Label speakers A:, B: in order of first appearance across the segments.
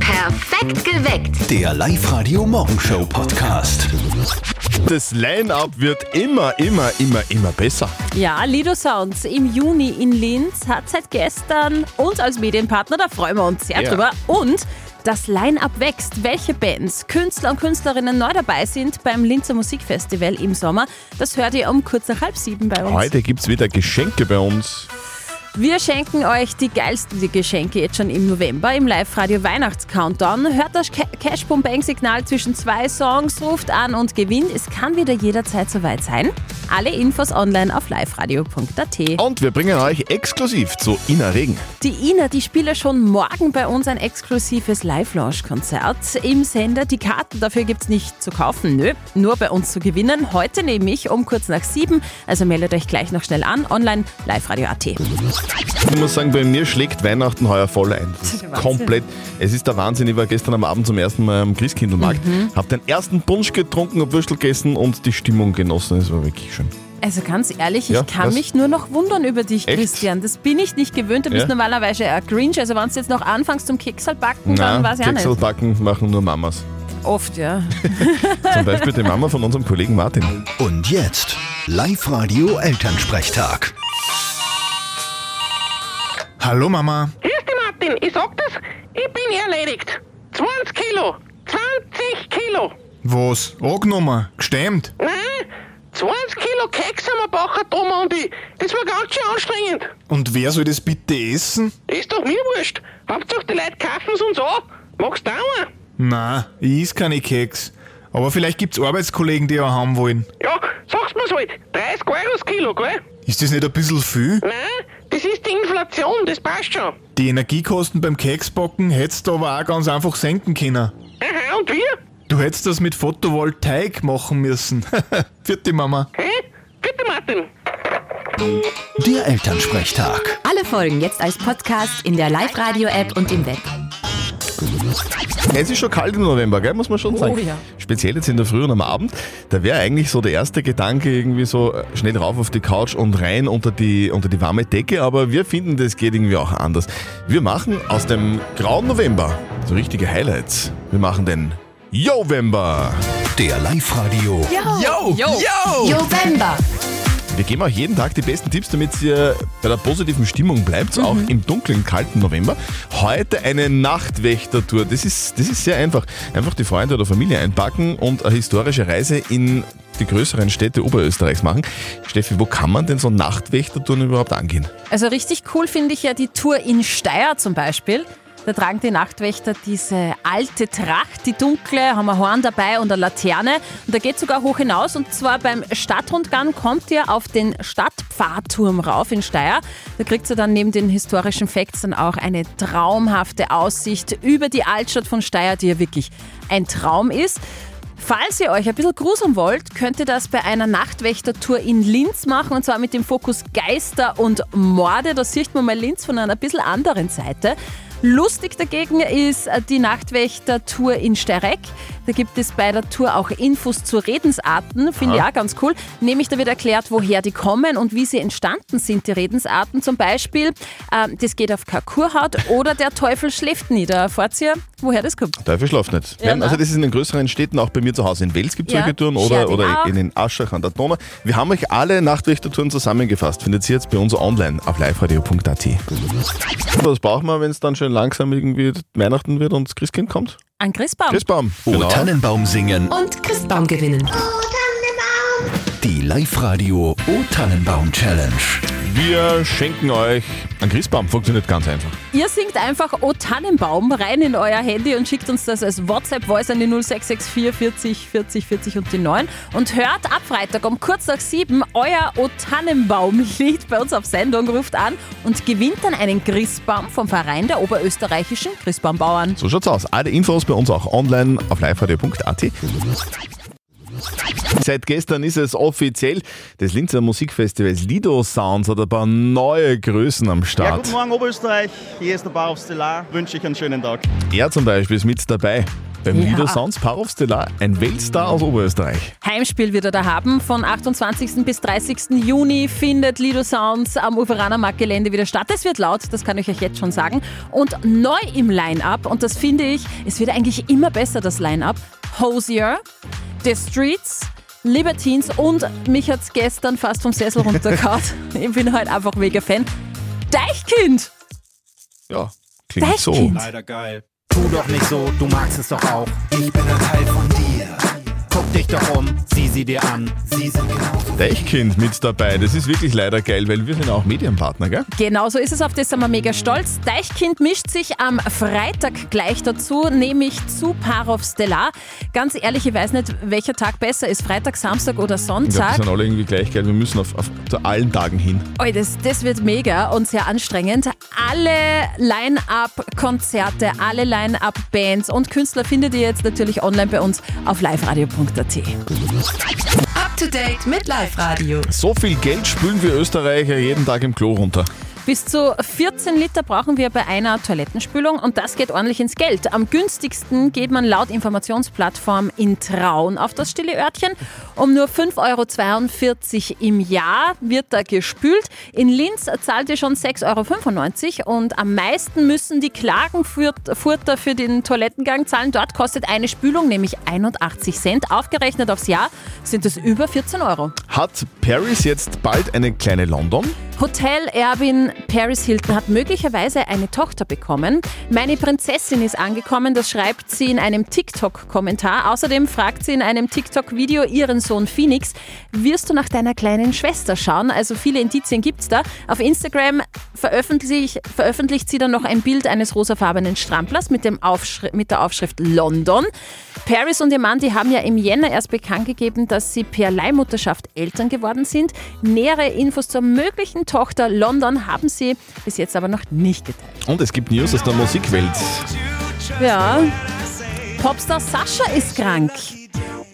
A: Perfekt geweckt.
B: Der Live-Radio-Morgenshow-Podcast.
C: Das Line-Up wird immer, immer, immer, immer besser.
D: Ja, Lido Sounds im Juni in Linz hat seit gestern uns als Medienpartner, da freuen wir uns sehr
C: Ja.
D: drüber. Und das Line-Up wächst. Welche Bands, Künstler und Künstlerinnen neu dabei sind beim Linzer Musikfestival im Sommer, das hört ihr um kurz nach halb sieben bei uns.
C: Heute gibt es wieder Geschenke bei uns.
D: Wir schenken euch die geilsten Geschenke jetzt schon im November im Live-Radio Weihnachts-Countdown. Hört das Ca- Cash-Boom-Bang-Signal zwischen zwei Songs, ruft an und gewinnt. Es kann wieder jederzeit soweit sein. Alle Infos online auf liveradio.at.
C: Und wir bringen euch exklusiv zu Ina Regen.
D: Die Ina, die spielt ja schon morgen bei uns ein exklusives Live-Launch-Konzert im Sender. Die Karten dafür gibt's nicht zu kaufen, nö, nur bei uns zu gewinnen. Heute nämlich um kurz nach sieben. Also meldet euch gleich noch schnell an, online liveradio.at.
C: Ich muss sagen, bei mir schlägt Weihnachten heuer voll ein. Das ist komplett. Es ist der Wahnsinn. Ich war gestern am Abend zum ersten Mal am Christkindlmarkt,
D: Mhm.
C: habe den ersten Punsch getrunken, hab Würstel gegessen und die Stimmung genossen. Es war wirklich schön.
D: Also ganz ehrlich, ich
C: Ja,
D: kann
C: was?
D: mich nur noch wundern über dich,
C: Echt?
D: Christian. Das bin ich nicht gewöhnt. Du bist
C: Ja.
D: normalerweise ein Grinch. Also wenn du jetzt noch anfängst zum Keksal backen, dann weiß ich auch nicht.
C: Kekselbacken machen nur Mamas.
D: Oft, ja.
C: Zum Beispiel die Mama von unserem Kollegen Martin.
B: Und jetzt Live-Radio Elternsprechtag.
E: Hallo Mama.
F: Grüß dich, Martin. Ich sag das, ich bin erledigt. 20 Kilo. 20 Kilo.
E: Was? Angenommen? Gestemmt?
F: Nein, 20 Kilo Keks haben wir gebacken, Thomas und ich. Das war ganz schön anstrengend.
E: Und wer soll das bitte essen?
F: Ist doch mir wurscht. Hauptsache, die Leute kaufen es uns an. Magst du auch einen?
E: Na, ich is keine Keks. Aber vielleicht gibt's Arbeitskollegen, die auch haben wollen.
F: Ja, sag's mir's halt. 30 Euro das Kilo, gell?
E: Ist das nicht ein bisschen viel?
F: Nein, das ist die Inflation, das passt schon.
E: Die Energiekosten beim Keksbacken hättest du aber auch ganz einfach senken können.
F: Aha, und wir?
E: Du hättest das mit Photovoltaik machen müssen. Vierte Mama.
F: Hä? Bitte, Martin.
B: Der Elternsprechtag.
G: Alle Folgen jetzt als Podcast in der Live-Radio-App und im Web.
C: Es ist schon kalt im November, gell? muss man schon sagen.
D: ja.
C: Speziell jetzt in der Früh und am Abend. Da wäre eigentlich so der erste Gedanke irgendwie so äh, schnell rauf auf die Couch und rein unter die, unter die warme Decke. Aber wir finden, das geht irgendwie auch anders. Wir machen aus dem grauen November so richtige Highlights. Wir machen den November.
B: Der Live-Radio
D: Yo! Yo!
G: Oh. November.
C: Wir geben auch jeden Tag die besten Tipps, damit ihr bei der positiven Stimmung bleibt, auch im dunklen, kalten November. Heute eine Nachtwächtertour. Das ist, das ist sehr einfach. Einfach die Freunde oder Familie einpacken und eine historische Reise in die größeren Städte Oberösterreichs machen. Steffi, wo kann man denn so Nachtwächtertouren überhaupt angehen?
D: Also richtig cool finde ich ja die Tour in Steyr zum Beispiel. Da tragen die Nachtwächter diese alte Tracht, die dunkle, haben ein Horn dabei und eine Laterne. Und da geht sogar hoch hinaus. Und zwar beim Stadtrundgang kommt ihr auf den Stadtpfarrturm rauf in Steyr. Da kriegt ihr dann neben den historischen Facts dann auch eine traumhafte Aussicht über die Altstadt von Steyr, die ja wirklich ein Traum ist. Falls ihr euch ein bisschen gruseln wollt, könnt ihr das bei einer Nachtwächtertour in Linz machen und zwar mit dem Fokus Geister und Morde. Da sieht man mal Linz von einer bisschen anderen Seite. Lustig dagegen ist die Nachtwächtertour in Steyrek. Da gibt es bei der Tour auch Infos zu Redensarten, finde ich auch ganz cool. Nämlich da wird erklärt, woher die kommen und wie sie entstanden sind, die Redensarten. Zum Beispiel, ähm, das geht auf Kakurhaut oder der Teufel schläft nieder. Erfahrt ihr, woher das kommt?
C: Teufel schlaft nicht.
D: Ja,
C: Nein, also
D: nein.
C: das ist in den größeren Städten, auch bei mir zu Hause in Wels gibt es
D: Ja,
C: solche Touren
D: Scherding
C: oder, oder
D: auch.
C: in den Aschach an der Donau. Wir haben euch alle Nachtwächtertouren zusammengefasst. Findet ihr jetzt bei uns online auf liveradio.at. Was braucht man, wenn es dann schön langsam irgendwie Weihnachten wird und das Christkind kommt? Genau.
D: An Christbaum.
C: Christbaum.
B: O Tannenbaum singen.
G: Und Christbaum gewinnen.
B: Die Live-Radio O Tannenbaum Challenge.
C: Wir schenken euch einen Christbaum. Funktioniert ganz einfach.
D: Ihr singt einfach O Tannenbaum rein in euer Handy und schickt uns das als WhatsApp-Voice an die 0664 40 40 40 und die 9 und hört ab Freitag um kurz nach 7 euer O Tannenbaum-Lied bei uns auf Sendung, ruft an und gewinnt dann einen Christbaum vom Verein der oberösterreichischen Christbaumbauern.
C: So schaut's aus. Alle Infos bei uns auch online auf liveradio.at. Seit gestern ist es offiziell. Das Linzer Musikfestivals Lido Sounds hat ein paar neue Größen am
H: Ja,
C: Start.
H: guten Morgen Oberösterreich, hier ist der Bauer auf Stellar. Wünsche ich einen schönen Tag.
C: er zum Beispiel ist mit dabei. Beim
D: Ja.
C: Liedersounds Parov Stellar, ein Weltstar aus Oberösterreich.
D: Heimspiel wird er da haben. Von 28. bis 30. Juni findet Lido Sounds am Uferaner Marktgelände wieder statt. Es wird laut, das kann ich euch jetzt schon sagen. Und neu im Line-Up, und das finde ich, es wird eigentlich immer besser, das Line-Up, Hosier, The Streets, Libertines und mich hat's gestern fast vom Sessel runtergehauen. ich bin heute einfach mega Fan. Deichkind!
C: Ja, klingt so.
D: Deichkind!
A: Alter, geil. Tu doch nicht so, du magst es doch auch. Ich bin ein Teil von dir. Guck dich doch um, sieh sie dir an. Sie sind genau
C: Deichkind mit dabei. Das ist wirklich leider geil, weil wir sind auch Medienpartner, gell?
D: Genau so ist es, auf das sind wir mega stolz. Deichkind mischt sich am Freitag gleich dazu, nämlich zu Parov Stellar. Ganz ehrlich, ich weiß nicht, welcher Tag besser ist, Freitag, Samstag oder
C: Ich glaube, die
D: Sonntag.
C: sind alle irgendwie gleich geil. Wir müssen auf, auf, zu allen Tagen hin.
D: Oi, das, das wird mega und sehr anstrengend. Alle Line-Up-Konzerte, alle Line-Up-Bands und Künstler findet ihr jetzt natürlich online bei uns auf liveradio.at.
G: Up to date mit Live Radio.
C: So viel Geld spülen wir Österreicher jeden Tag im Klo runter.
D: Bis zu 14 Liter brauchen wir bei einer Toilettenspülung und das geht ordentlich ins Geld. Am günstigsten geht man laut Informationsplattform in Traun auf das stille Örtchen. Um nur 5,42 Euro im Jahr wird da gespült. In Linz zahlt ihr schon 6,95 Euro und am meisten müssen die Klagenfurter für den Toilettengang zahlen. Dort kostet eine Spülung nämlich 81 Cent. Aufgerechnet aufs Jahr sind es über 14 Euro.
C: Hat Paris jetzt bald eine kleine London?
D: Hotel-Erbin Paris Hilton hat möglicherweise eine Tochter bekommen. Meine Prinzessin ist angekommen, das schreibt sie in einem TikTok-Kommentar. Außerdem fragt sie in einem TikTok-Video ihren Sohn Phoenix, wirst du nach deiner kleinen Schwester schauen? Also viele Indizien gibt's da. Auf Instagram veröffentlicht, veröffentlicht sie dann noch ein Bild eines rosafarbenen Stramplers mit, dem Aufschri mit der Aufschrift London. Paris und ihr Mann, die haben ja im Jänner erst bekannt gegeben, dass sie per Leihmutterschaft Eltern geworden sind. Nähere Infos zur möglichen Tochter London haben sie bis jetzt aber noch nicht geteilt.
C: Und es gibt News aus der Musikwelt.
D: Ja. Popstar Sascha ist krank.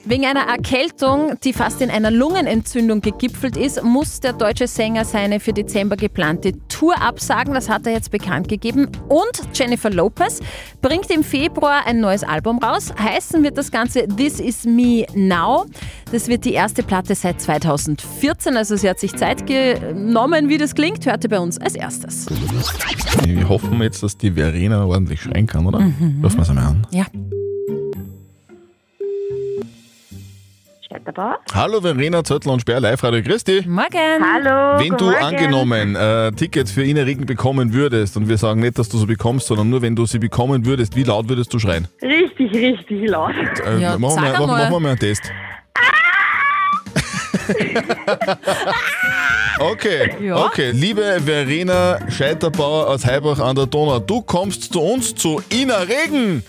D: Wegen einer Erkältung, die fast in einer Lungenentzündung gegipfelt ist, muss der deutsche Sänger seine für Dezember geplante Tour absagen. Das hat er jetzt bekannt gegeben. Und Jennifer Lopez bringt im Februar ein neues Album raus. Heißen wird das Ganze This Is Me Now. Das wird die erste Platte seit 2014. Also sie hat sich Zeit genommen, wie das klingt. Hörte bei uns als erstes.
C: Wir hoffen jetzt, dass die Verena ordentlich schreien kann, oder? Mhm. Rufen wir sie mal an.
D: Ja,
C: Hallo Verena Zöttl und Sperr, Live-Radio Christi.
D: morgen.
H: Hallo.
C: Wenn du angenommen äh, Tickets für Innerregen bekommen würdest, und wir sagen nicht, dass du sie bekommst, sondern nur wenn du sie bekommen würdest, wie laut würdest du schreien?
H: Richtig, richtig laut.
C: Äh,
D: Ja,
C: machen,
D: sag
C: wir, machen,
D: einmal. Ah!
C: machen wir mal einen Test. Okay,
D: Ja.
C: okay. Liebe Verena Scheiterbauer aus Heibach an der Donau, du kommst zu uns zu Ina Regen.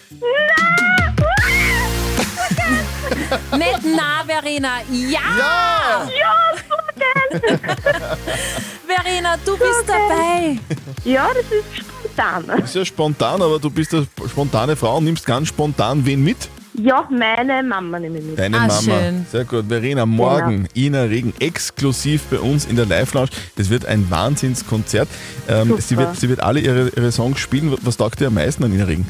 D: Nicht na, Verena. Ja!
C: Ja!
D: Verena, du bist dabei.
H: Ja, das ist spontan.
C: Ist ja spontan, aber du bist eine spontane Frau und nimmst ganz spontan wen mit?
H: Ja, meine Mama nehme ich mit.
C: Deine
D: Ah,
C: Mama.
D: schön.
C: Sehr gut. Verena, morgen Ina Regen exklusiv bei uns in der Live-Lounge. Das wird ein Wahnsinnskonzert. Ähm,
H: Super.
C: sie, wird, sie wird alle ihre, ihre Songs spielen. Was taugt dir am meisten an Ina Regen?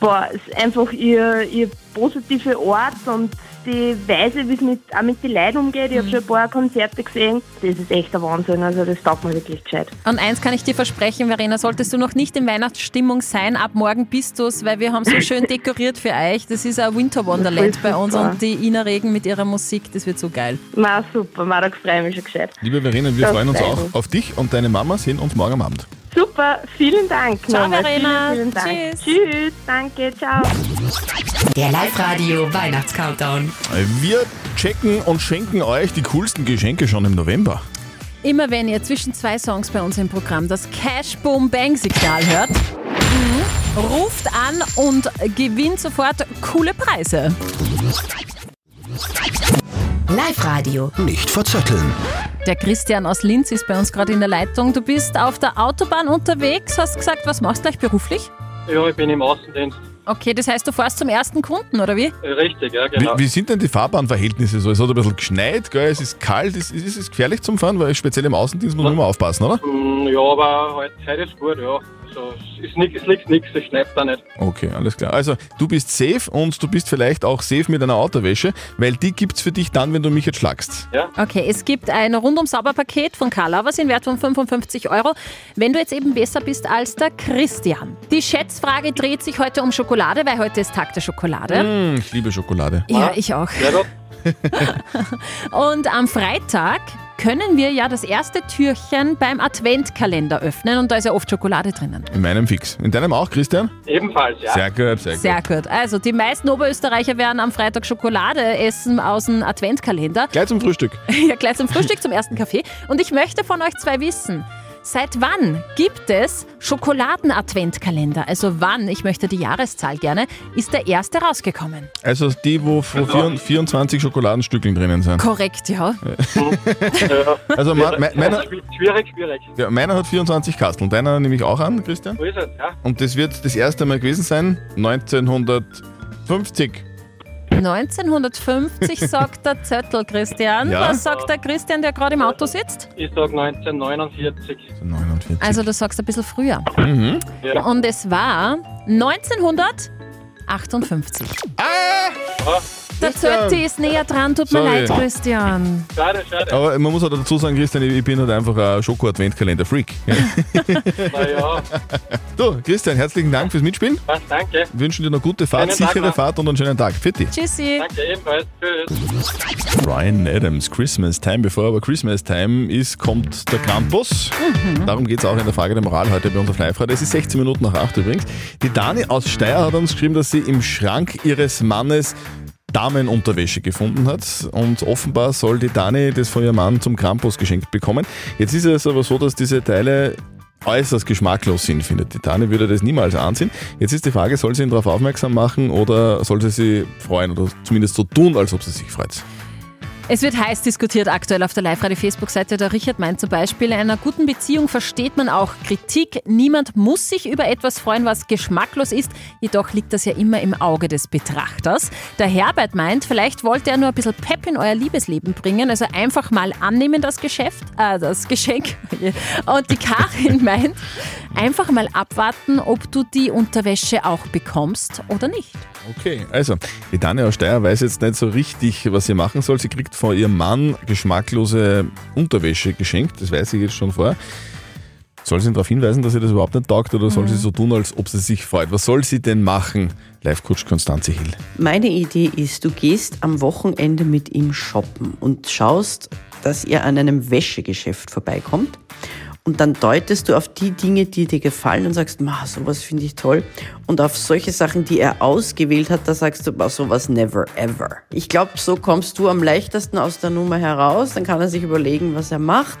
H: Boah, es ist einfach ihr, ihr positive Ort und die Weise, wie es mit, auch mit den Leuten umgeht. Ich habe schon ein paar Konzerte gesehen. Das ist echt der Wahnsinn. Also, das taugt mir wirklich gescheit.
D: Und eins kann ich dir versprechen, Verena, solltest du noch nicht in Weihnachtsstimmung sein, ab morgen bist du es, weil wir haben so schön dekoriert für euch. Das ist ein Winter Wonderland
H: ist
D: bei uns
H: super.
D: und die Ina Regen mit ihrer Musik, das wird so geil.
H: Na, super. Ma, da freue ich mich schon gescheit.
C: Liebe Verena, wir
H: Das
C: freuen uns
H: weiß
C: auch
H: ich.
C: auf dich und deine Mama. Sehen uns morgen am Abend.
H: Super. Vielen Dank.
D: Ciao,
H: nochmal.
D: Verena.
H: Vielen, vielen Dank.
D: Tschüss.
H: Tschüss. Danke. Ciao.
G: Der Live Radio Weihnachts-Countdown.
C: Wir checken und schenken euch die coolsten Geschenke schon im November.
D: Immer wenn ihr zwischen zwei Songs bei uns im Programm das Cash Boom Bang Signal hört, mhm, ruft an und gewinnt sofort coole Preise.
G: Live Radio.
B: Nicht verzetteln.
D: Der Christian aus Linz ist bei uns gerade in der Leitung. Du bist auf der Autobahn unterwegs, hast gesagt, was machst du gleich beruflich?
I: Ja, ich bin im Außendienst.
D: Okay, das heißt, du fährst zum ersten Kunden, oder wie?
I: Äh, Richtig, ja, genau.
C: Wie, wie sind denn die Fahrbahnverhältnisse so? Es hat ein bisschen geschneit, gell? es ist kalt, es ist, es
I: Mm,
C: ist gefährlich zum Fahren, weil speziell im Außendienst muss man immer aufpassen, oder?
I: Hm, Ja, aber halt, heute, heute ist gut, ja. Also da ist nix, es liegt nichts, es schneit da nicht.
C: Okay, alles klar. Also, du bist safe und du bist vielleicht auch safe mit einer Autowäsche, weil die gibt's für dich dann, wenn du mich jetzt schlagst.
D: Okay, es gibt ein rundum sauber Paket von Carla, was in Wert von 55 Euro. Wenn du jetzt eben besser bist als der Christian. Die Schätzfrage dreht sich heute um Schokolade, weil heute ist Tag der Schokolade.
C: Hm, ich liebe Schokolade.
D: Ja, ich auch.
I: Mhm. Ja, da,
D: Und am Freitag können wir ja das erste Türchen beim Adventkalender öffnen und da ist ja oft Schokolade drinnen.
C: In meinem Fix. In deinem auch, Christian?
I: ebenfalls, ja.
C: Sehr gut, sehr gut.
D: Sehr gut. Also die meisten Oberösterreicher werden am Freitag Schokolade essen aus dem Adventkalender.
C: Gleich zum Frühstück.
D: Ja, gleich zum Frühstück, zum ersten Kaffee. Und ich möchte von euch zwei wissen, seit wann gibt es Schokoladen-Adventkalender? Also wann, ich möchte die Jahreszahl gerne, ist der erste rausgekommen?
C: Also die, wo vor vier- 24 Schokoladenstückeln drinnen sind.
D: Korrekt, ja.
C: Also ma- me- meiner,
I: Schwierig, schwierig.
C: ja, meiner hat 24 Kasteln. Deiner nehme ich auch an, Christian.
I: Wo ist es? Ja,
C: Und das wird das erste Mal gewesen sein, 1950.
D: 1950 sagt der Zettel, Christian.
C: Ja.
D: Was sagt der Christian, der gerade im Auto sitzt?
I: ich sag 1949.
C: 49.
D: Also du sagst ein bisschen früher.
C: Mhm.
D: Und es war 1958.
I: Ah.
D: Der Zettel ist näher dran, tut mir
C: Ah! Sorry.
D: leid, Christian.
I: Schade, schade.
C: Aber man muss auch dazu sagen, Christian, ich ich bin halt einfach ein Schoko-Adventkalender-Freak. Ja.
I: Naja,
C: Du, Christian, herzlichen Dank fürs Mitspielen.
I: was, danke.
C: Wünschen dir eine gute Fahrt,
I: Schönen Tag
C: sichere
I: noch.
C: Fahrt und einen schönen Tag. Fitti.
D: Tschüssi.
I: Danke ebenfalls. Tschüss.
C: Brian Adams, Christmas Time. Bevor aber Christmas Time ist, kommt der Krampus. Darum geht es auch in der Frage der Moral heute bei uns auf Live-Radio. Es ist 16 Minuten nach 8 übrigens. Die Dani aus Steyr hat uns geschrieben, dass sie im Schrank ihres Mannes Damenunterwäsche gefunden hat und offenbar soll die Dani das von ihrem Mann zum Krampus geschenkt bekommen. Jetzt ist es aber so, dass diese Teile äußerst geschmacklos sind, findet die Dani, würde das niemals anziehen. Jetzt ist die Frage, soll sie ihn darauf aufmerksam machen oder soll sie sie freuen oder zumindest so tun, als ob sie sich freut.
D: Es wird heiß diskutiert aktuell auf der Live-Radio-Facebook-Seite. Der Richard meint zum Beispiel, in einer guten Beziehung versteht man auch Kritik. Niemand muss sich über etwas freuen, was geschmacklos ist. Jedoch liegt das ja immer im Auge des Betrachters. Der Herbert meint, vielleicht wollte er nur ein bisschen Pep in euer Liebesleben bringen. Also einfach mal annehmen das Geschäft, äh, das Geschenk. Und die Karin meint, einfach mal abwarten, ob du die Unterwäsche auch bekommst oder nicht.
C: Okay, also, die Tanja aus Steyr weiß jetzt nicht so richtig, was sie machen soll. Sie kriegt von ihrem Mann geschmacklose Unterwäsche geschenkt, das weiß ich jetzt schon vorher. Soll sie ihn darauf hinweisen, dass ihr das überhaupt nicht taugt oder soll sie so tun, als ob sie sich freut? Was soll sie denn machen? Live-Coach Konstanze Hill.
J: Meine Idee ist, du gehst am Wochenende mit ihm shoppen und schaust, dass ihr an einem Wäschegeschäft vorbeikommt. Und dann deutest du auf die Dinge, die dir gefallen und sagst, ma, sowas finde ich toll. Und auf solche Sachen, die er ausgewählt hat, da sagst du, ma, sowas never ever. Ich glaube, so kommst du am leichtesten aus der Nummer heraus. Dann kann er sich überlegen, was er macht.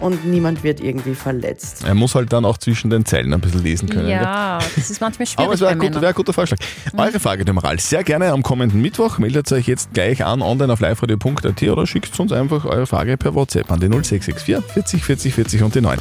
J: Und niemand wird irgendwie verletzt.
C: Er muss halt dann auch zwischen den Zeilen ein bisschen lesen können. gell?
D: Ja, das ist manchmal schwierig.
C: Aber es wäre
D: bei
C: ein, guter-
D: Männern.
C: wäre ein guter Vorschlag. Eure Frage der Moral sehr gerne am kommenden Mittwoch. Meldet euch jetzt gleich an online auf liveradio.at oder schickt uns einfach eure Frage per WhatsApp an die 0664 40 40 40 und die 9.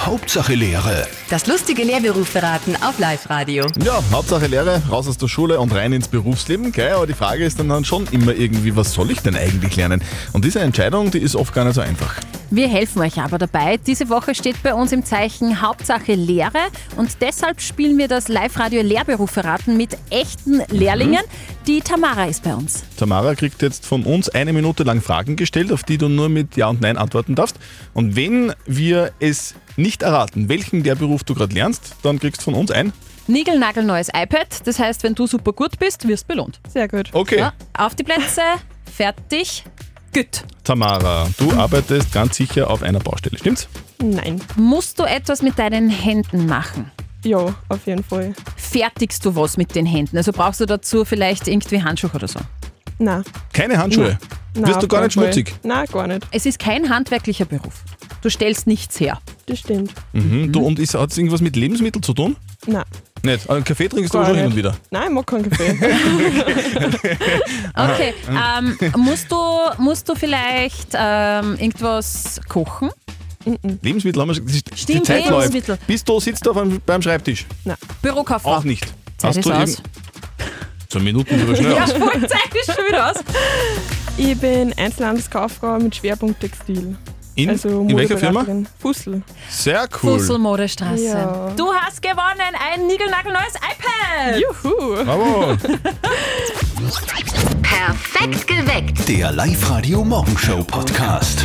B: Hauptsache Lehre.
G: Das lustige Lehrberufverraten auf Live-Radio.
C: Ja, Hauptsache Lehre, raus aus der Schule und rein ins Berufsleben, gell? Aber die Frage ist dann, dann schon immer irgendwie, was soll ich denn eigentlich lernen? Und diese Entscheidung, die ist oft gar nicht so einfach.
D: Wir helfen euch aber dabei. Diese Woche steht bei uns im Zeichen Hauptsache Lehre und deshalb spielen wir das Live-Radio Lehrberufe raten mit echten Lehrlingen. Die Tamara ist bei uns.
C: Tamara kriegt jetzt von uns eine Minute lang Fragen gestellt, auf die du nur mit Ja und Nein antworten darfst. Und wenn wir es nicht erraten, welchen Lehrberuf du gerade lernst, dann kriegst du von uns ein.
D: Nigelnagel neues iPad. Das heißt, wenn du super gut bist, wirst belohnt.
J: Sehr gut.
C: Okay.
D: Ja, auf die Plätze, fertig, gut.
C: Tamara, du arbeitest ganz sicher auf einer Baustelle, stimmt's?
J: Nein.
D: Musst du etwas mit deinen Händen machen?
J: Ja, auf jeden Fall.
D: Fertigst du was mit den Händen? Also brauchst du dazu vielleicht irgendwie Handschuhe oder so?
J: Nein.
C: Keine Handschuhe. Wirst du gar nicht schmutzig.
J: Nein, gar nicht.
D: Es ist kein handwerklicher Beruf. Du stellst nichts her.
J: Das stimmt.
C: Mhm. Du, und hat es irgendwas mit Lebensmitteln zu tun?
J: Nein.
C: Nicht. Einen Kaffee trinkst du aber schon hin und wieder.
J: Nein, ich mag keinen Kaffee.
D: Okay, ähm, musst, du, musst du vielleicht ähm, irgendwas kochen?
C: Lebensmittel haben wir schon. die- Die
D: Stimmt,
C: Zeit
D: Lebensmittel.
C: läuft. Bist du sitzt du auf einem, beim Schreibtisch?
D: Bürokauffrau.
C: Auch nicht.
D: Zeit ist
C: du
D: aus.
C: Zwei Minuten drüber schnell
D: Ja,
C: aus.
D: voll, Zeit ist schon wieder aus.
J: Ich bin Einzelhandelskauffrau mit Schwerpunkt Textil.
C: In,
K: also
C: in welcher Firma?
K: Modeberaterin. Fussl.
C: Sehr cool.
D: Fusselmodestraße.
K: Ja.
D: Du hast gewonnen ein niegelnagelneues iPad.
K: Juhu.
C: Bravo.
G: Perfekt geweckt.
B: Der Live-Radio Morgenshow Podcast.